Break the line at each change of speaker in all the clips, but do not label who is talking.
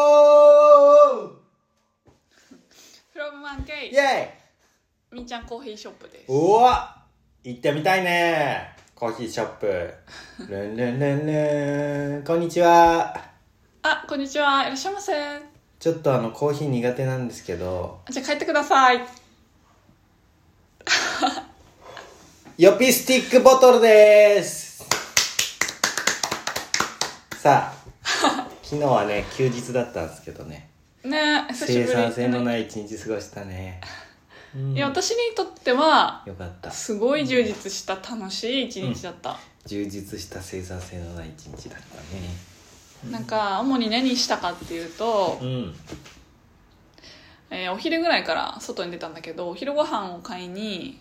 Hello!
from
イ
1K
ェイ
みーちゃんコーヒーショップです
うわ行ってみたいねコーヒーショップ。ルンルンルンルン。こんにちは。
あこんにちはいらっしゃいませあ
ちょっとあの、コーヒー苦手なんですけど。
じゃあ帰ってください
ヨピスティックボトルですさあ、昨日はね、休日だったんですけどね。
ねえ久しぶ
生
り
産性のない一日過ごしたね。
いや私にとっては
よかった。
すごい充実した楽しい一日だった、
充実した生産性のない一日だった
なんか主に何したかっていうと、
ね。うん。
えーお昼ぐらいから外に出たんだけどお昼ご飯を買いに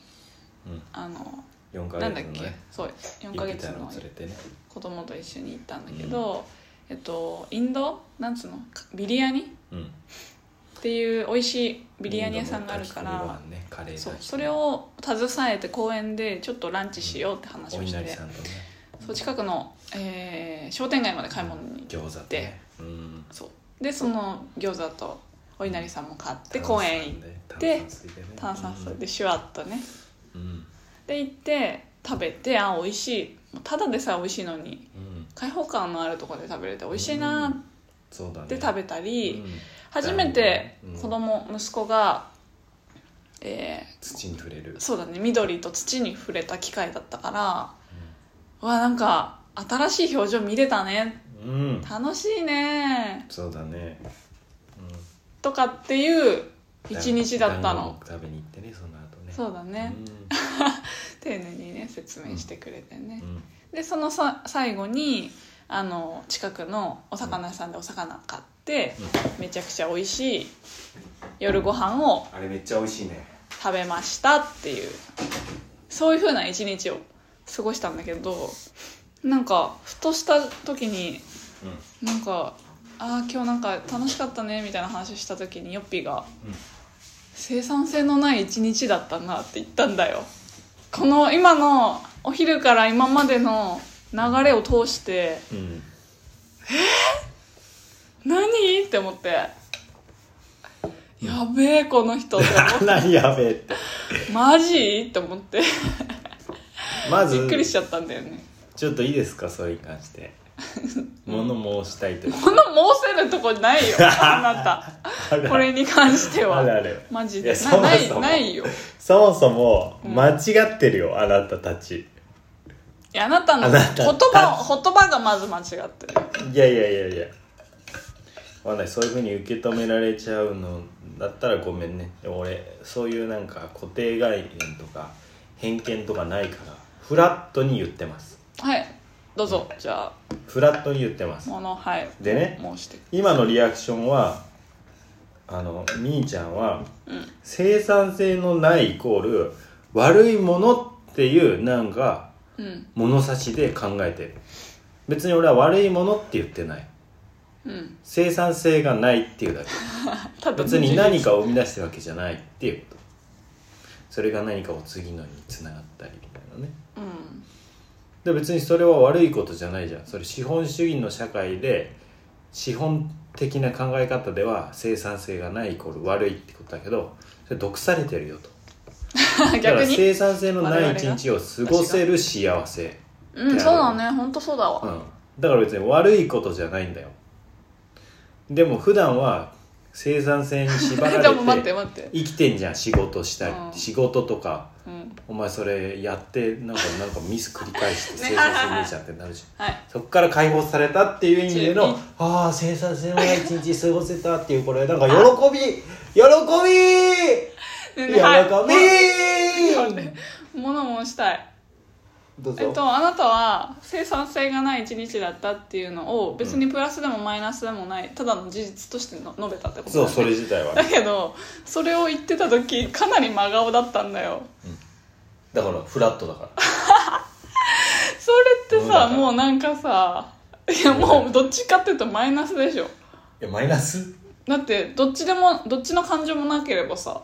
うん。
あの
4ヶ月のね。
なんだっけそう4ヶ月の
連れてね
子供と一緒に行ったんだけど、えっとインドなんつうのかビリヤニ
うん
っていう美味しいビリヤニ屋さんがあるか
インドの
ら
炊き込みご飯ねカレー
そう
炊き込
それを携えて公園でちょっとランチしようって話
みお
をし
稲荷
て
さんとね
そう近くの、えー商店街まで買い物に行って
餃子とねうん
そうでその餃子とお稲荷さんも買って
炭酸
公園行っ
ね
て
炭酸水でね
炭酸水でシュワッとね
うんうん
で行って食べてあ美味しいもうただでさえ美味しいのに
うん
開放感のあるところで食べれて美味しいな
そうだね
って食べたり、
うん
初めて
うん
子供息子が、えー
土に触れる
そうだね緑と土に触れた機会だったから、うわなんか新しい表情見れたね
うん
楽しいね
そうだねうん
とかっていう一日だった
団
の
子食べに行ってねその後ね
そうだね
う
丁寧にね説明してくれてね
んうん
でそのさ最後にあの近くのお魚屋さんでお魚買ってめちゃくちゃ美味しい夜ご飯を
あれめっちゃ美味しいね
食べましたっていうそういうふうな一日を過ごしたんだけどなんかふとした時に
うん
なんかあー今日なんか楽しかったねみたいな話した時にヨッピーが
うん
「生産性のない一日だったな」って言ったんだよこの今のお昼から今までの流れを通して
うん
何って思ってやべえこの人って 思って
何やべえって
マジって思って
まず
びっくりしちゃったんだよね
ちょっといいですかそれに関 して物申したいという
この申せるとこないよあなた
ある
これに関して
ある
は
ある
マジ
い
で
やそもそも
なないないよ
そもそも
うん
間違ってるよ、あなたたち
いやあなたの
あ
言
なた
葉を言葉がまず間違ってる
いやいやいやいやわかんないそういうふうに受け止められちゃうのだったらごめんねでも俺そういうなんか固定概念とか偏見とかないからフラットに言ってます
はいどうぞじゃあ
フラットに言ってます
ものはい
でね
申して
今のリアクションはあのみーちゃんは
うん
生産性のないイコール悪いものっていうなんか
うん
物差しで考えてる別に俺は悪いものって言ってない
うん
生産性がないっていうだけ
ただ
別に何かを生み出してるわけじゃないっていうことそれが何かを次のにつながったりみたいなね
うん
で別にそれは悪いことじゃないじゃんそれ資本主義の社会で資本的な考え方では生産性がないイコール悪いってことだけどそれ毒されてるよとだか
逆
ら
に
生産性のない一日を過ごせる幸せ
うんそうだね本当そうだわ、
うん、だから別に悪いことじゃないんだよでも普段は生産性に縛られ
でも待って
て
待って
生きてんじゃん仕事したり、
うん
仕事とか
うん
お前それやってなん かなんかミス繰り返して
ね
生産性ねえじゃんってなるじゃん
はい
そっから解放されたっていう意味で
うん
のああ生産性のない一日過ごせたっていうこれなんか喜び喜び
ね
喜
ね はい
び
物申したい
どうぞ、
えっと、あなたは生産性がない一日だったっていうのを別にプラスでもマイナスでもないただの事実としての述べたってこと
そ
だよ
う
ね
それ自体は
だ
ね
けどそれを言ってた時かなり真顔だったんだよ
だからフラットだから
それってさ
うん
もうなんかさいやもうどっちかっていうとマイナスでしょ
いやマイナス
だってどっちでもどっちの感情もなければさ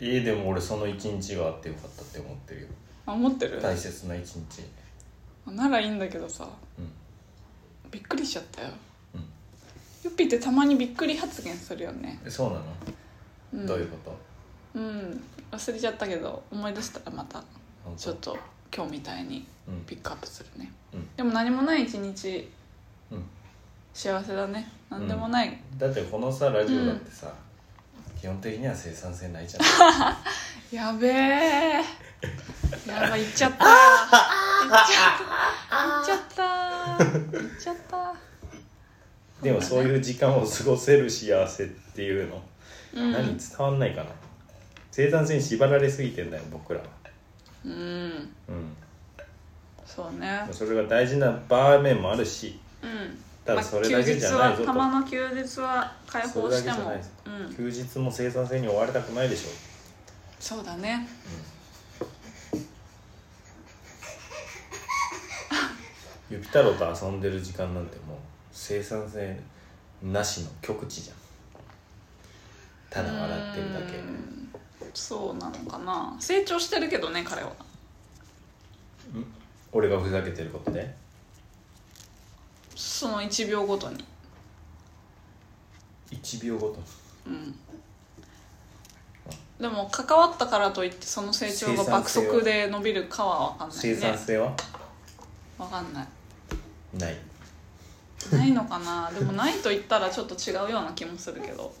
えー、でも俺その一日があってよかったって思ってるよ
あ思ってる、
大切な一日
ならいいんだけどさ
うん
びっくりしちゃったよ
うん
ヨッッピーってたまにびっくり発言するよね、
そうなの、
うん、
どういうこと
うん忘れちゃったけど思い出したらまた
本当
ちょっと今日みたいに
うん
ピックアップするね、
うん
でも何もない一日、
うん
幸せだね何でもない、
だってこのさラジオだってさ、基本的には生産性ない じゃん
やべえやばい行っちゃった行っちゃった行っちゃった行っちゃっ
でもそういう時間を過ごせる幸せっていうの、
たうん
何伝わんないかな生産性に縛られすぎてんだよ僕らは
うん
うん
そうね
それが大事な場面もあるし
うん
ただそれだけじゃないぞと
まあ、休日はたまの休日は解
そ
放
れだ
し
けじ
て
ゃ
も
ないです
うん
休日も生産性に追われたくないでしょ
そうだね
ゆきたろうと遊んでる時間なんてもう生産性なしの極地じゃんただ笑ってるだけ
うんそうなのかな成長してるけどね彼は
俺がふざけてることで
その1秒ごとに
1秒ごと
うんでも関わったからといってその成長が爆速で伸びるかは分かんない
生産
ね
性は
分かんない
ない
ないのかなでもないと言ったらちょっと違うような気もするけど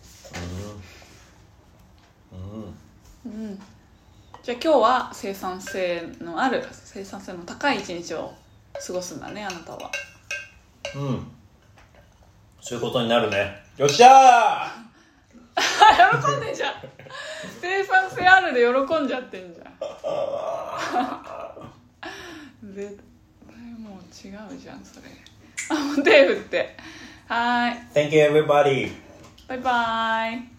うんうん
うんじゃあ今日は生産性のある生産性の高い一日を過ごすんだねあなたは
うんそういうことになるねよっしゃー
あ喜んでんじゃん生産性あるで喜んじゃってんじゃん絶対もう違うじゃんそれあもう手振ってはーい
Thank you everybody!
バイバーイ